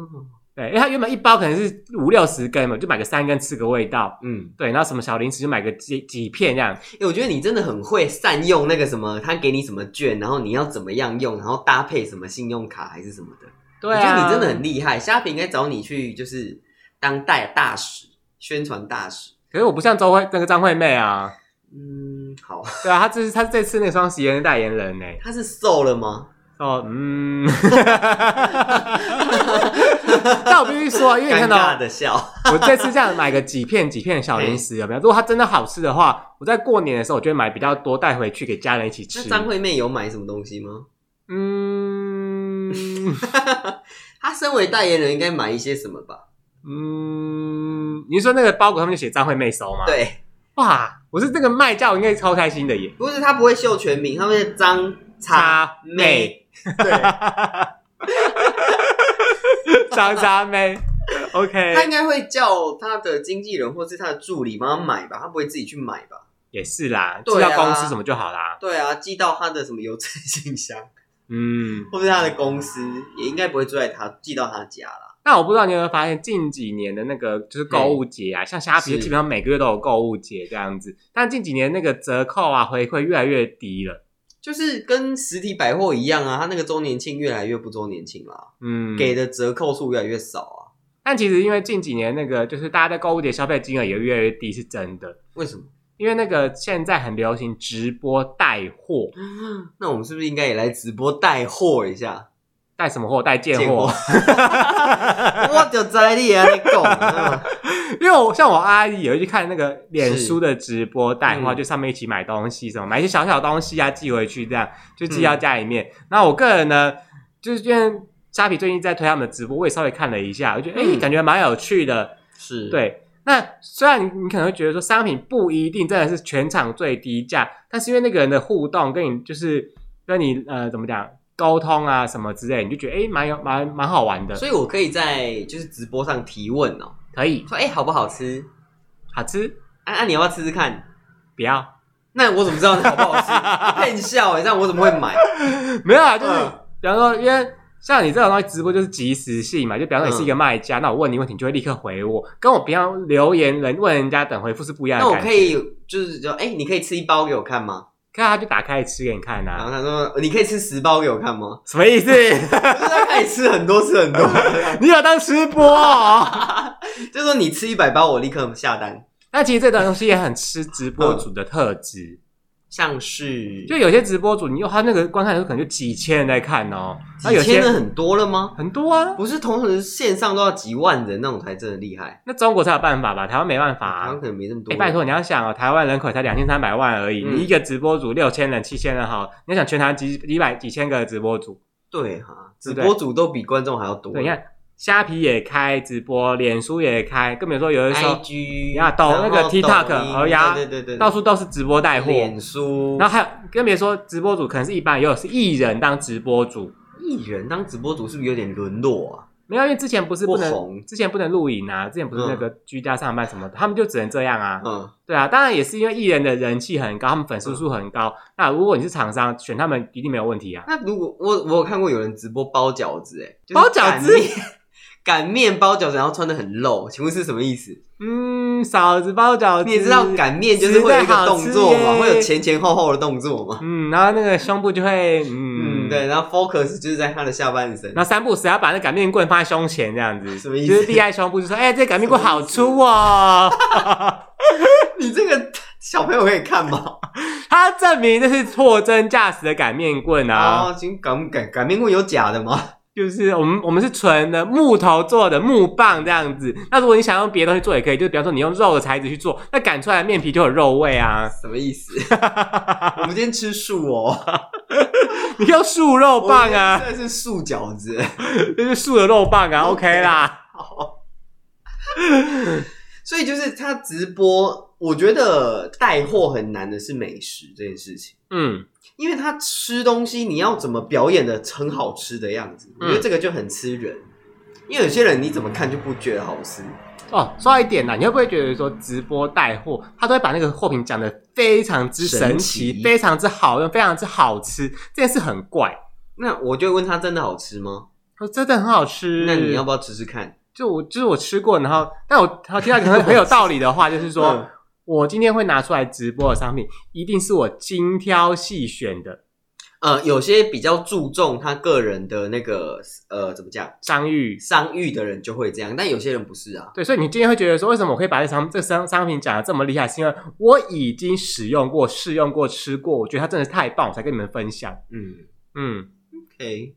对，因为它原本一包可能是五六十根嘛，就买个三根吃个味道，嗯，对，然后什么小零食就买个几几片这样，哎、我觉得你真的很会善用那个什么，他给你什么券，然后你要怎么样用，然后搭配什么信用卡还是什么的。对啊，我觉得你真的很厉害，虾皮应该找你去就是当代大使，宣传大使。可是我不像周慧那个张惠妹啊，嗯，好，对啊，她这是她这次那双十一的代言人呢、他是瘦了吗？哦，嗯， 但我必须说，因为你尴看到尬的笑。 我这次这样买个几片几片的小零食有没有？如果它真的好吃的话，我在过年的时候我就会买比较多带回去给家人一起那吃。张惠妹有买什么东西吗？ 嗯她身为代言人，应该买一些什么吧？嗯，你是说那个包裹上面就写张惠妹收吗？，对，哇，我是这个卖家，我应该超开心的耶！不是她不会秀全名，她会张叉叉妹妹。 对，张莎 妹她应，OK，该会叫她的经纪人或是她的助理帮她买吧，她不会自己去买吧？也是啦，对知啊道公司什么就好啦。对啊，寄到她的什么邮政信箱， 嗯，或是她的公司，也应该不会住在她寄到她家啦。但我不知道你有没有发现，近几年的那个就是购物节啊，像虾皮是基本上每个月都有购物节这样子，但近几年那个折扣啊回馈越来越低了。就是跟实体百货一样啊，她那个周年庆越来越不周年庆啦，嗯，给的折扣数越来越少啊。但其实因为近几年那个就是大家在购物节消费金额也越来越低，是真的。为什么？因为那个现在很流行直播带货，那我们是不是应该也来直播带货一下？带什么货？带贱见货货。我就知道你安尼讲， 因为我像我阿姨也会去看那个脸书的直播带是货，嗯就上面一起买东西，什么买一些小小东西啊，寄回去这样，就寄嗯到家里面。那我个人呢，就是因为虾皮最近在推他们的直播，我也稍微看了一下，我觉得哎、嗯感觉蛮有趣的。是，对，那虽然你可能会觉得说商品不一定真的是全场最低价，但是因为那个人的互动跟你就是跟你呃怎么讲沟通啊什么之类，你就觉得哎蛮有蛮蛮好玩的，所以我可以在就是直播上提问哦，可以说哎、好不好吃？好吃啊啊，你要不要吃吃看？不要。那我怎么知道你好不好 吃？骗笑哎、欸，这样我怎么会买？没有啊，就是、嗯比方说，因为像你这种东西直播就是即时性嘛，就比方说你是一个卖嗯家，那我问你问题，你就会立刻回我，跟我平常留言人问人家等回复是不一样那的我感觉。可以就是说，哎、你可以吃一包给我看吗？看他就打开吃给你看然啊，后他说，你可以吃十包给我看吗？什么意 思？就是他可以吃很多吃很多，你有当吃播、哦？ 就是说你吃一百包，我立刻下单。那其实这种东西也很吃直播主的特嗯质，像是就有些直播主，你用他那个观看人数可能就几千人在看哦，那有几些千人很多了吗？很多啊，不是同时线上都要几万人那种才真的厉害，那中国才有办法吧？台湾没办法、啊台湾。可能没这么多。哎、拜托，你要想哦，台湾人口才两千三百万而已，嗯你一个直播主六千人、七千人好，你要想全台几几百几千个直播主，对哈，对直不对播主都比观众还要多。对，你看虾皮也开直播，脸书也开，更别说有的时候 IG 呀抖然那后个抖 TikTok，音哦呀对对对对，到处都是直播带货，脸书，然后还有更别说直播主可能是一般，也有是艺人当直播主，艺人当直播主是不是有点沦落啊？没有，因为之前不是不不能。红，之前不能录影啊，之前不是那个居家上班什么的，他们就只能这样啊。嗯，对啊，当然也是因为艺人的人气很高，他们粉丝数很高。那如果你是厂商，选他们一定没有问题啊。那如果我我有看过有人直播包饺子、欸，哎、包饺子擀面， 擀面包饺子，然后穿的很露，请问是什么意思？嗯，嫂子包饺子，你也知道擀面就是会有一个动嗯作实在好吃嘛，耶会有前前后后的动作嘛。嗯，然后那个胸部就会，嗯，嗯，对，。然后 focus 就是在他的下半身。然后三不时要把那擀面棍放在胸前这样子，什么意思就是立在胸部，就说：“哎、这擀面棍好粗哦！” 你这个小朋友可以看吗？他证明这是货真价实的擀面棍啊，啊，请擀擀擀面棍有假的吗？就是我们我们是纯的木头做的木棒这样子。那如果你想用别的东西做也可以，就比方说你用肉的材质去做，那擀出来的面皮就有肉味 啊。什么 意思？我们今天吃素哦，你用素肉棒啊，这是素饺子。就是素的肉棒啊，OK 啦。好所以就是他直播，我觉得带货很难的是美食这件事情，嗯，因为他吃东西，你要怎么表演的很好吃的样子，嗯我觉得这个就很吃人。因为有些人你怎么看就不觉得好吃，哦，说到一点呢，你会不会觉得说直播带货，他都会把那个货品讲的非常之神奇，神奇非常之好用，非常之好吃，这件事很怪。那我就问他真的好吃吗？哦真的很好吃。那你要不要吃吃看？就我就是我吃过，然后但我然后听到一个很很有道理 的话，就是说、嗯我今天会拿出来直播的商品，一定是我精挑细选的呃，有些比较注重他个人的那个呃，怎么讲商誉。商誉的人就会这样，但有些人不是啊。对，所以你今天会觉得说，为什么我可以把这商这个商商品讲的这么厉害，是因为我已经使用过、试用过、吃过，我觉得它真的太棒，我才跟你们分享。嗯嗯， ，OK，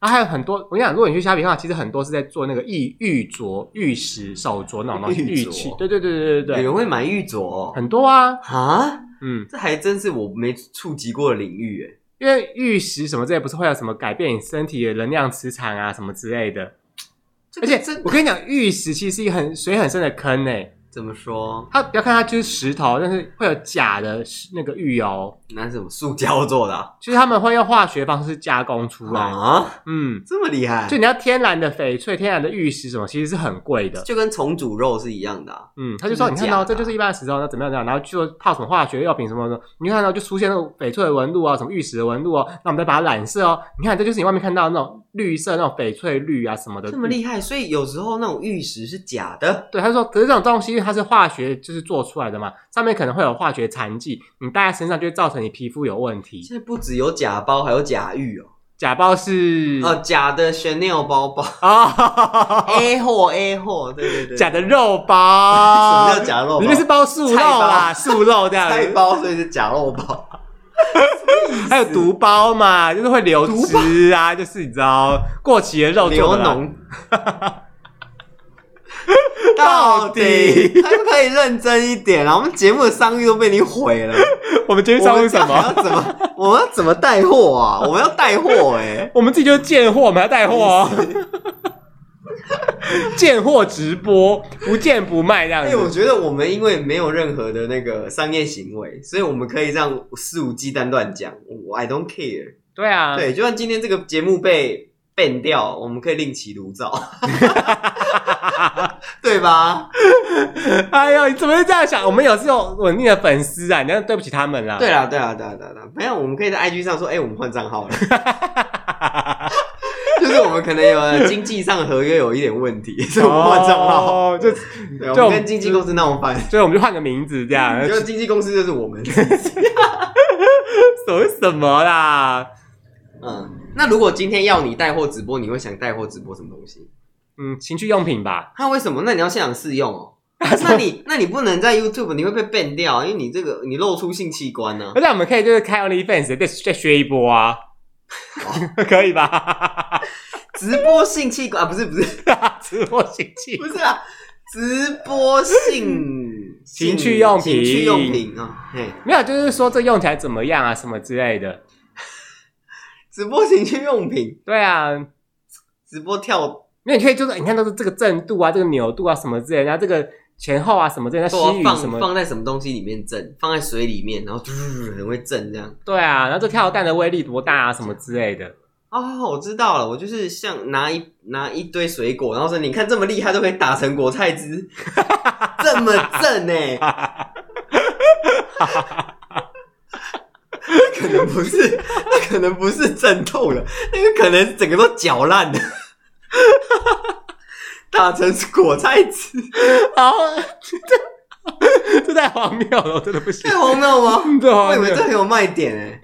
然后啊还有很多，我跟你讲，如果你去虾皮的话，其实很多是在做那个玉玉镯、玉石、手镯那种东西，玉玉镯器。对对对对有对对，人会买玉镯、哦、很多啊。啊？嗯，这还真是我没触及过的领域诶。因为玉石什么之类，不是会有什么改变你身体的能量、磁场啊什么之类的。这而个且真我跟你讲，玉石其实是一个很水很深的坑诶、怎么说？它不要看它就是石头，但是会有假的石那个玉哦，那是什么塑胶做的啊？就是他们会用化学方式加工出来。啊嗯，这么厉害就？你要天然的翡翠、天然的玉石什么，其实是很贵的。就跟重煮肉是一样的、啊，嗯，他就说，你真的看到假这的啊就是一般的石头，那怎么样怎么样，然后就泡什么化学药品什么的，你看到就出现那种翡翠的纹路啊，什么玉石的纹路哦，那我们再把它染色哦。你看，这就是你外面看到的那种绿色那种翡翠绿啊什么的。这么厉害。所以有时候那种玉石是假的，对，他说，可是这种东西因为它是化学就是做出来的嘛，上面可能会有化学残剂，你戴在身上就会造成你皮肤有问题。现在不只有假包，还有假玉哦。假包是哦，假的 Chanel 包包嗯啊， ，A 货 A 货，对对对，假的的肉什包么叫，假肉包？啊里 面是包素肉啦，素肉这样菜子，包，所以是假肉包。还有毒包嘛，就是会流汁啊，哦 就是你知道过期的肉做流的啦。脓。到底底可不可以认真一点啊？我们节目的商誉都被你毁 了，我们节目上是什我么？们这样还要怎么？我们要怎么带货 啊？我们要带货哎、我们自己就是贱货，我们还带货哦。 贱货直播，不贱不卖这样哎、子。我觉得我们因为没有任何的那个商业行为，所以我们可以这样肆无忌惮乱讲。我 I don't care。对啊，对，就算今天这个节目被 ban 掉，我们可以另起炉 灶，对吧？哎呦，你怎么会这样想？我们有是有稳定的粉丝啊，你这样对不起他们啦。对啦，对啦，对啦，对啦对啦，没有，我们可以在 IG 上说，哎、我们换账号了， 就是我们可能有经济上合约有一点问 题，所以我们换账号，哦，就对，我就嗯们跟经纪公司闹翻，所以我们就换个名字这样，就经纪公司就是我们。什么什么啦？嗯，那如果今天要你带货直播，你会想带货直播什么东西？嗯，情趣用品吧。那、为什么？那你要现场试 用哦。那你那你不能在 YouTube，你会被 ban 掉，因为你这个你露出性器官呢、啊而且我们可以就是开 OnlyFans 再再削一波啊， 可以吧？ 直播性器官啊，不是不是直播情趣不是啊，直播性 情趣用品情趣用品啊，嘿，没有，就是说这用起来怎么样啊，什么之类的。直播情趣用品，对啊，直播跳那你可以就是你看到是这个正度啊，这个扭度啊，什么之类的，然后这个前后啊，什么之类的，说吸吮放什么，放在什么东西里面震，放在水里面，然后嘟很会震这样。对啊，然后这跳蛋的威力多大啊，什么之类 的。哦，我知道了，我就是像拿一拿一堆水果，然后说你看这么厉害，都可以打成果 菜汁，这么正欸呢、那可能不是，那可能不是震透了，那个可能整个都搅烂了，打成果菜汁，好， 这这太荒谬了，我真的不行太。荒谬吗？嗯这 我荒以为谬这，很有卖点哎、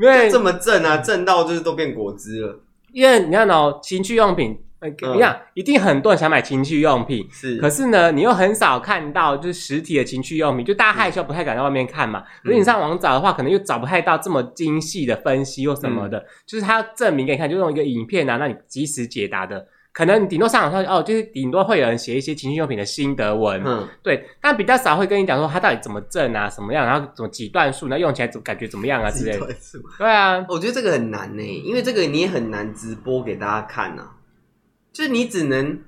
因为这么正啊，正到就是都变果汁了，因为你看哦，情趣用品，呃嗯你看一定很多人想买情趣用品，是可是呢，你又很少看到就是实体的情趣用品，就大家害羞不太敢在外面看嗯嘛。可是你上网找的话，可能又找不太到这么精细的分析或什嗯么的，就是它证明给你看，就用一个影片啊，让你及时解答的。可能你顶多上网上哦，就是顶多会有人写一些情趣用品的心得文，嗯，对，但比较少会跟你讲说它到底怎么正啊，什么样，然后怎么几段数，那用起来怎么感觉怎么样啊之类的。是对啊，我觉得这个很难呢、欸因为这个你也很难直播给大家看啊，就是你只能，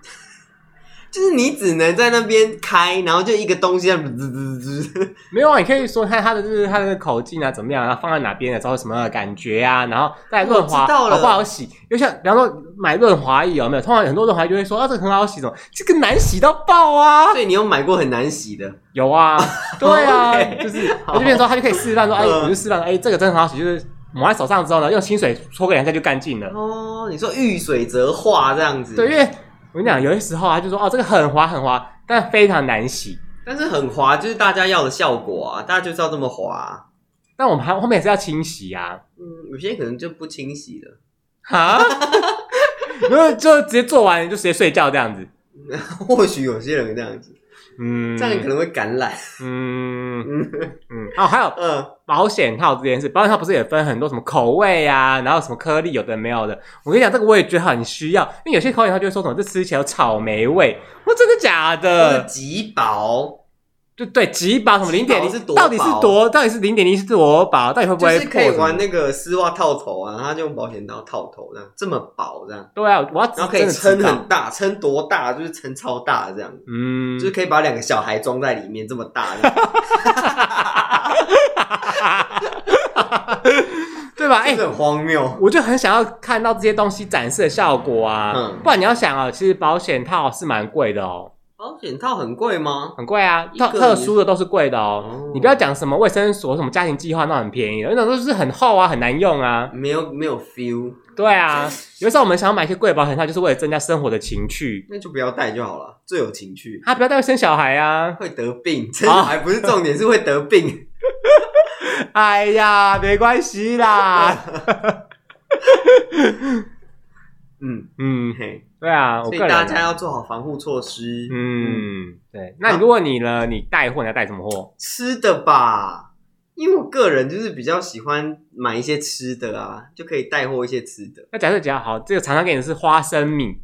就是你只能在那边开，然后就一个东西这样滋滋滋滋，没有啊，你可以说看它的就是它的口径啊怎么样，然后放在哪边的时候什么样的感觉啊，然后再来润滑我知道了好不好洗？就像比方说买润滑液有没有？通常很多润滑液就会说啊这个很好洗，什么这个难洗到爆啊！ 所以你有买过很难洗的，有啊，对啊， OK，就是我就变成说他就可以示范说哎，嗯我就示范哎这个真的很好洗，就是抹在手上之后呢，用清水搓个两下就干净了。哦，你说遇水则化这样子，对，因，为我跟你讲，有些时候啊就说哦这个很滑很滑，但非常难洗。但是很滑，就是大家要的效果啊，大家就是要这么滑啊、但我们还后面也是要清洗啊，嗯，有些可能就不清洗了，啊，然后就直接做完就直接睡觉这样子。或许有些人这样子，嗯，这样可能会感染。嗯嗯 嗯，哦，还有嗯，保险套这件事，保险套不是也分很多什么口味啊，然后什么颗粒，有的没有的。我跟你讲，这个我也觉得很需要，因为有些口险套就会说什么这吃起来有草莓味，我真的假呃，的？极薄。就对，几薄什么零点是零，多到底是薄多，到底是零点零是多薄，到底会不就会是可以破什么玩那个丝袜套头啊，然后他就用保险刀套头这样，这么薄这样，对啊，我要真然的后可以知撑道很大，撑多大就是撑超大这样，嗯，就是可以把两个小孩装在里面这么大这样，对吧？ 哎、这很荒谬。我就很想要看到这些东西展示的效果啊。嗯不然你要想啊，其实保险套是蛮贵的哦，保险套很贵吗？很贵啊，一个特特殊的都是贵的哦。哦你不要讲什么卫生所、什么家庭计划，那很便宜的，那种都是很厚啊，很难用啊。没有没有 feel，对啊，有时候我们想要买一些贵的保险套，就是为了增加生活的情趣。那就不要戴就好了，最有情趣。啊，不要带生小孩啊！会得病，生小孩不是重点，是会得病。哎呀，没关系啦。嗯，嗯，嘿，对啊，我所以个人大啊家要做好防护措施。嗯，对。那如果你呢？你带货，你要带什么货？吃的吧，因为我个人就是比较喜欢买一些吃的啊，就可以带货一些吃的那假设讲好，这个厂商给你的是花生米，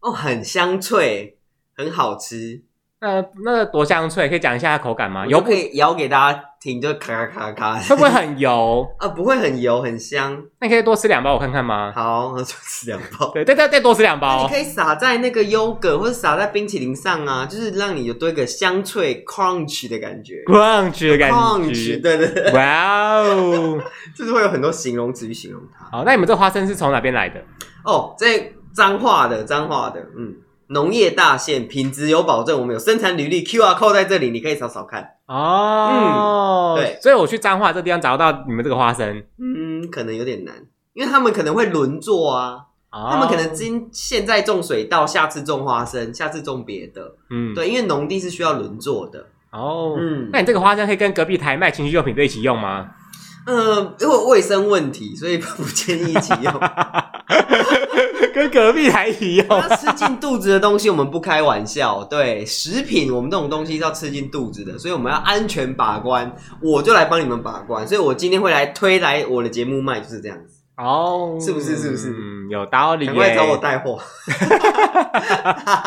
哦，很香脆，很好吃。呃，那个多香脆，可以讲一下它口感吗？油油不可以摇给大家听，就咔咔咔会咔不会很油？ 啊，不会很油，很香。那你可以多吃两包我看看吗？好，那就吃两包。对，再再再多吃两那包你。可以撒在那个优格或者撒在冰淇淋上啊，就是让你有多一个香脆 crunch 的感觉 crunch 的感，crunch，觉，对对对，哇哦！ 就是会有很多形容词去形容它。好，那你们这花生是从哪边来的？哦，这脏话的脏话的，嗯，农业大县品质有保证，我们有生产履历 QR code 在这里，你可以扫扫看。哦，嗯对所以我去彰化这地方找到你们这个花生，嗯，可能有点难，因为他们可能会轮作啊，哦他们可能今现在种水稻，下次种花生，下次种别的，嗯，对，因为农地是需要轮作的。哦，嗯那你这个花生可以跟隔壁台卖情趣用品的一起用吗？ 呃，因为卫生问题，所以不建议一起用。跟隔壁台一起用？它吃进肚子的东西，我们不开玩笑。对，食品我们这种东西是要吃进肚子的，所以我们要安全把关。我就来帮你们把关，所以我今天会来推来我的节目卖，就是这样子。哦，是不是是不是嗯，有道理赶快耶。找我带货。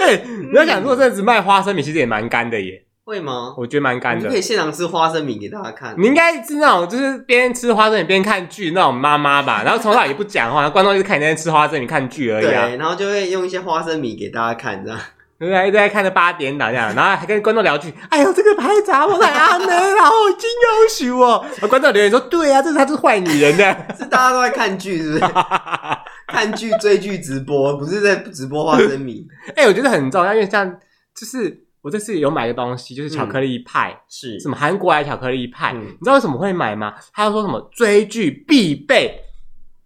哎你要想，如果这样子卖花生米，其实也蛮干的耶，会吗？我觉得蛮我干们的可。以现场吃花生米给大家看。你应该是那种就是边吃花生米边看剧那种妈妈吧，然后从小也不讲话，然后观众就是看你在吃花生米看剧而已对，啊，然后就会用一些花生米给大家看，这样。对不对？一直在看着八点档这样，然后还跟观众聊剧，哎呦这个拍砸我来啊安呢，然后金要求哦，然后观众留言说对啊，这是他是坏女人的，是大家都在看剧，是不是？ 看剧、追剧、直播，不是在直播花生米。哎、我觉得很重要，因为像就是我这次有买个东西，就是巧克力派，是什么韩国来巧克力派，嗯你知道为什么会买吗？他说什么追剧必备，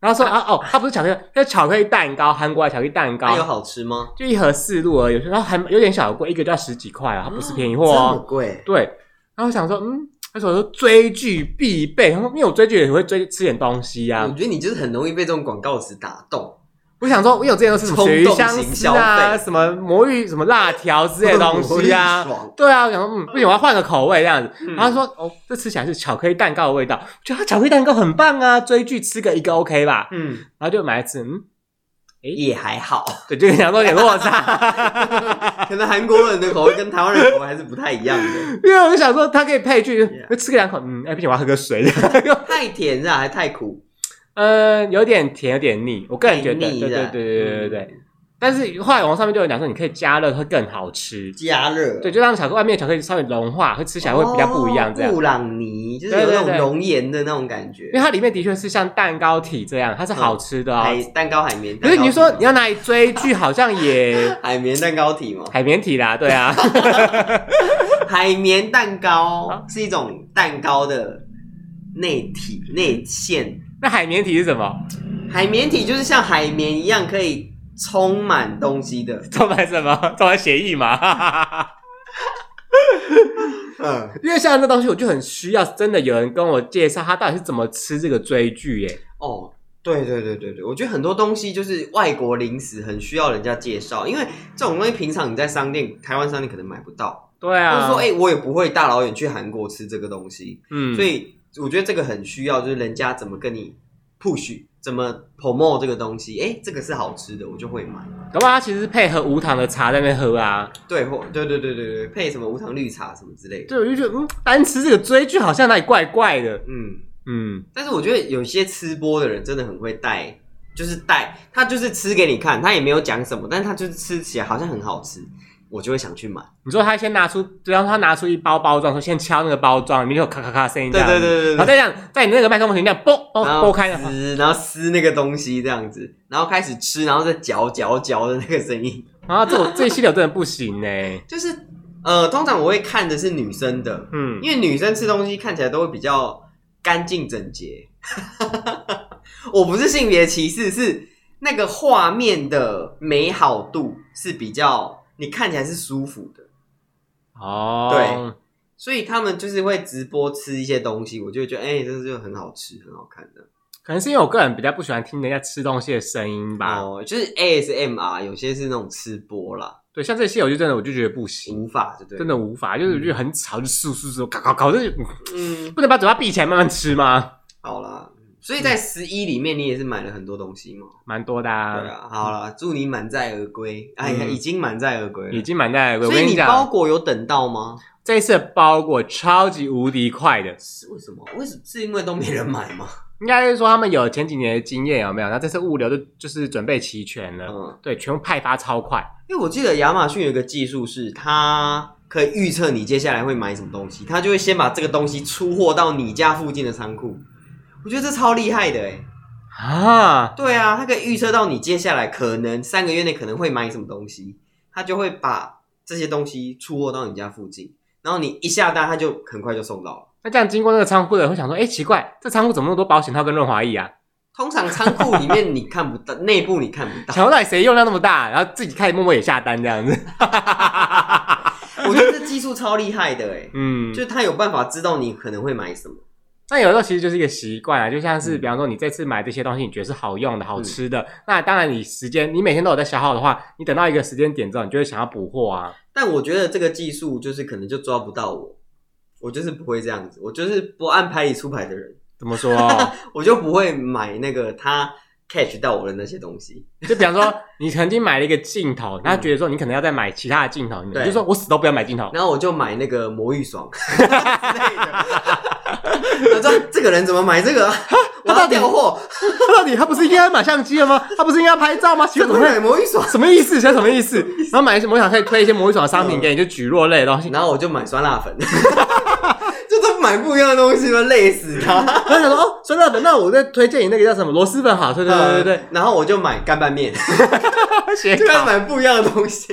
然后说啊哦，他不是巧克力，他是巧克力蛋糕，韩国来巧克力蛋糕那有，好吃吗？就一盒四入而已，然后还有点小贵，一个就要十几块啊，它不是便宜货这么哦。贵。对，然后我想说，嗯，那时候我说追剧必备，他说因为我追剧也会追吃点东西啊我。觉得你就是很容易被这种广告词打动。我想说，因为我之前都是什么冲鳕鱼动香型丝消啊，费什么魔芋、什么辣条之类的 东西啊我。很爽对啊，我想说，嗯，不行，我要换个口味这样子。嗯然后他说，哦，这吃起来是巧克力蛋糕的味道，我觉得它啊巧克力蛋糕很棒啊，追剧吃个一个 OK 吧。嗯，然后就买来吃，嗯，也还好，对，就想说有点落 差。可能韩国人的口味跟台湾人的口味还是不太一样的，因为我就想说，它可以配剧 Yeah. 吃个两口，嗯，哎、不行，我要喝个水。 太甜了还太苦，呃，有点甜，有点腻，我个人觉得，太对腻嗯对对了对对对对。但是后来网上面就有讲说，你可以加热会更好吃，加热对，就让巧克力外面的巧克力稍微融化，会吃起来会比较不一样这样。哦布朗尼就是有对对那种对熔岩的那种感觉因为，它里面的确是像蛋糕体这样，它是好吃的哦。海蛋糕海绵可是哎蛋糕体吗。你说你要拿来追剧，好像也海绵蛋糕体吗？海绵体啦，对啊， 海绵蛋糕啊是一种蛋糕的内体内馅，那海绵体是什么？海绵体就是像海绵一样可以充满东西的，充满什么？ 充满协议嘛？ 嗯。因为像这东西，我就很需要真的有人跟我介绍他到底是怎么吃这个追剧耶。哦，对对对对对，我觉得很多东西就是外国零食很需要人家介绍，因为这种东西平常你在商店，台湾商店可能买不到，对或啊，者说哎、诶我也不会大老远去韩国吃这个东西，嗯，所以我觉得这个很需要，就是人家怎么跟你 push，怎么 promote 这个东西，哎、这个是好吃的，我就会买。搞不好它其实是配合无糖的茶在那边喝啊。对，或对对对对对，配什么无糖绿茶什么之类的，对，我就觉得嗯，单吃这个追剧好像哪里怪怪的。嗯。嗯，但是我觉得有些吃播的人真的很会带，就是带他就是吃给你看，他也没有讲什么，但是他就是吃起来好像很好吃，我就会想去买。你说他先拿出，比方说他拿出一包包装，说先敲那个包装，里面就有咔咔咔声音这对样子，对对然后哦对对。再这样，在你那个麦克风前这样剥剥然哦剥后开的话，撕，然后撕那个东西这样子，然后开始吃，然后再嚼嚼嚼的那个声音，然后这我这一系列我真的不行呢、就是呃，通常我会看的是女生的，嗯，因为女生吃东西看起来都会比较干净整洁。 我不是性别歧视，是那个画面的美好度是比较你看起来是舒服的，哦，所以他们就是会直播吃一些东西，我就会觉得哎、这就很好吃，很好看的。可能是因为我个人比较不喜欢听人家吃东西的声音吧。哦，就是 ASMR，有些是那种吃播啦，对，像这些我就真的我就觉得不行，无法，对不对？真的，无法，就是我觉得很吵，就簌簌簌，嘎嘎嘎，就是嗯嗯，不能把嘴巴闭起来慢慢吃吗？ 好啦，所以在十一里面，你也是买了很多东西嘛？蛮多的啊，对啊，好了，祝你满载而归。哎呀，嗯已经满载而归已了。经满在。我啊所跟以你包讲，裹有等到吗？这一次的包裹超级无敌快的，是为什么？为什是因为都没人买吗？应该是说他们有前几年的经验有没有？那这次物流就就是准备齐全了，嗯，对，全部派发超快。因为我记得亚马逊有一个技术是它可以预测你接下来会买什么东西，它就会先把这个东西出货到你家附近的仓库。我觉得这超厉害的哎、啊，对啊，它可以预测到你接下来可能三个月内可能会买什么东西，它就会把这些东西出货到你家附近，然后你一下单，它就很快就送到了。那这样经过那个仓库的人会想说，哎，奇怪，这仓库怎么那么多保险套跟润滑液 啊？通常仓库里面你看不到，内部你看不想到。不到底谁用量那么大，然后自己开始默默也下单这样子。我觉得这技术超厉害的哎、嗯，就是它有办法知道你可能会买什么。那有时候其实就是一个习惯啊，就像是嗯比方说你这次买这些东西，你觉得是好用的、好吃的，那当然你时间你每天都有在消耗的话，你等到一个时间点之后，你就会想要补货啊。但我觉得这个技术就是可能就抓不到我，我就是不会这样子，我就是不按牌理出牌的人，怎么说？啊我就不会买那个他 catch 到我的那些东西。 就比方说你曾经买了一个镜头，然后觉得说你可能要再买其他的镜头，你对就说我死都不要买镜头。 然后我就买那个魔芋爽之类的。我说这个人怎么买 这个啊？我要调货，到底他不是应该买相机了吗？他不是应该拍照吗？奇怪怎怎么么会会买魔芋爽？ 什么意思？现在什么意思？嗯然后买什么？我想可以推一些魔芋爽的商品给你，就举弱类的东西。然后我就买酸辣粉， 就都买不一样的东西，都累死他。然后想说哦，酸辣粉，那我再推荐你那个叫什么螺蛳粉好，对对对对然后我就买干拌面，对，啊写就稿要买不一样的 东西。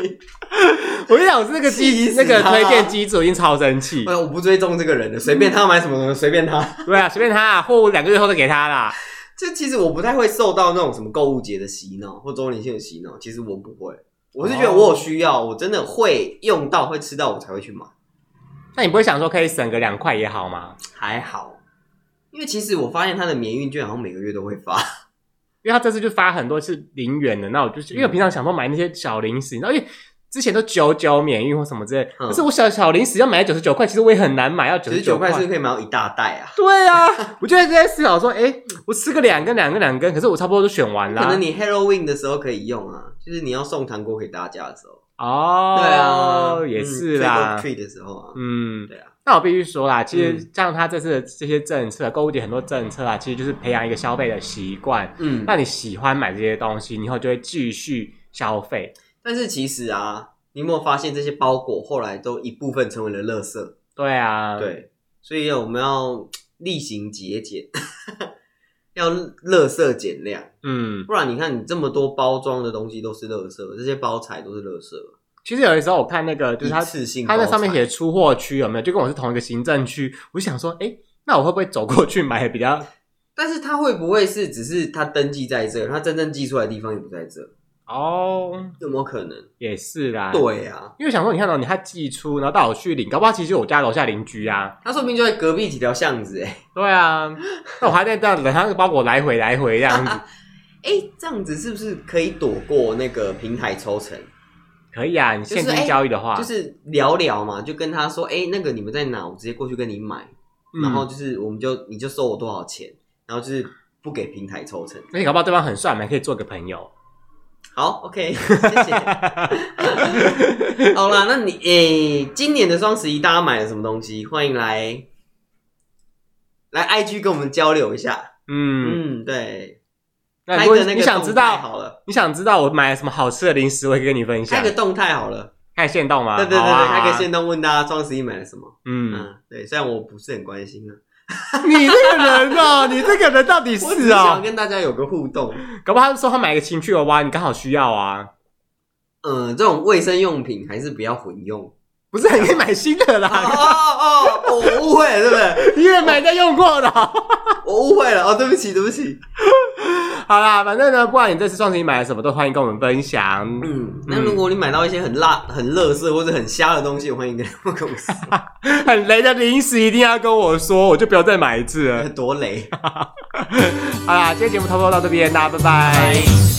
我跟你讲，我是那个气机死那个他推荐机制，我已经超生气。哎，我不追踪这个人的，随便他买什么随便他。对啊，随便他、啊，货物两个月后再给他啦。就其实我不太会受到那种什么购物节的洗脑或周年庆的洗脑，其实我不会。我是觉得哦我有需要，我真的会用到、会吃到，我才会去买。那你不会想说可以省个两块也好吗？还好，因为其实我发现它的免运券好像每个月都会发，因为他这次就发很多是零元的，那我嗯就是因为我平常想说买那些小零食，你知道，因为之前都九九免运或什么之类，嗯可是我小小零食要买九十九块，其实我也很难买， 要九九十十九九块块是不是可以买到一大袋啊。对啊，我就在在思考说，哎、我吃个两根、两根、两根，可是我差不多都选完可啦能。你 Halloween 的时候可以用啊，就是你要送糖果给大家的时候。哦，对啊，也是啦。 t r e e 的时候啊，嗯，对啊，那我必须说啦，其实嗯像他这次的这些政策，购物节很多政策啊，其实就是培养一个消费的习惯。嗯。那你喜欢买这些东西，你以后就会继续消费。但是其实啊，你有没有发现这些包裹后来都一部分成为了垃圾？对啊，，对，所以我们要例行节俭， 要垃圾减量，嗯，不然你看你这么多包装的东西都是垃圾，这些包材都是垃圾，其实有的时候我看那个，就是他一次性他在上面包材写出货区有没有，就跟我是同一个行政区，我就想说，哎、那我会不会走过去买比较？但是它会不会是只是它登记在这，它真正寄出来的地方也不在这？哦，有没有可能？也是啦，。对啊，因为想说，你看到、你他寄出，然后带我去领，搞不好其实就是我家楼下邻居啊。它说不定就在隔壁几条巷子、欸，哎对啊，那我还在这样等他那个包裹来回来回这样子，哎、这样子是不是可以躲过那个平台抽成？可以啊。你现就是金哎交易的话，就是聊聊嘛，就跟他说，哎、那个你们在哪？我直接过去跟你买。然后嗯，就是我们就你就收我多少钱，然后就是不给平台抽成。而且搞不好对方很帅，我们还可以做个朋友。好，OK，谢 谢。好啦，那你诶、今年的双十一大家买了什么东西？欢迎来来 IG 跟我们交流一下。嗯，嗯，对，那开如果个那个你想知动态道，好了，你想知道我买了什么好吃的零食，我也跟你分享开。个动态好了。看现动吗？对对对好啊对，好啊开个线动问大家双十一买了什么？嗯，嗯，对，虽然我不是很关心啊， 你这个人 哦，你这个人到底我只是是想哦，跟大家有个互动。搞不好他说他买一个情趣娃娃，你刚好需要啊。嗯，这种卫生用品还是不要混用。不是，你可以买新的哦啦，哦哦，我误会了，对不对？你也买在用过的 哦。我误会了哦，对不起，对不起。好啦，反正呢，不管你这次双十一买了什么，都欢迎跟我们分享。 嗯，那如果你买到一些很辣、很乐色或者很瞎的东西，我欢迎跟他们跟我说，很雷的零食一定要跟我说，我就不要再买一次了。多雷。 好啦，今天节目差不多到这边，大家拜拜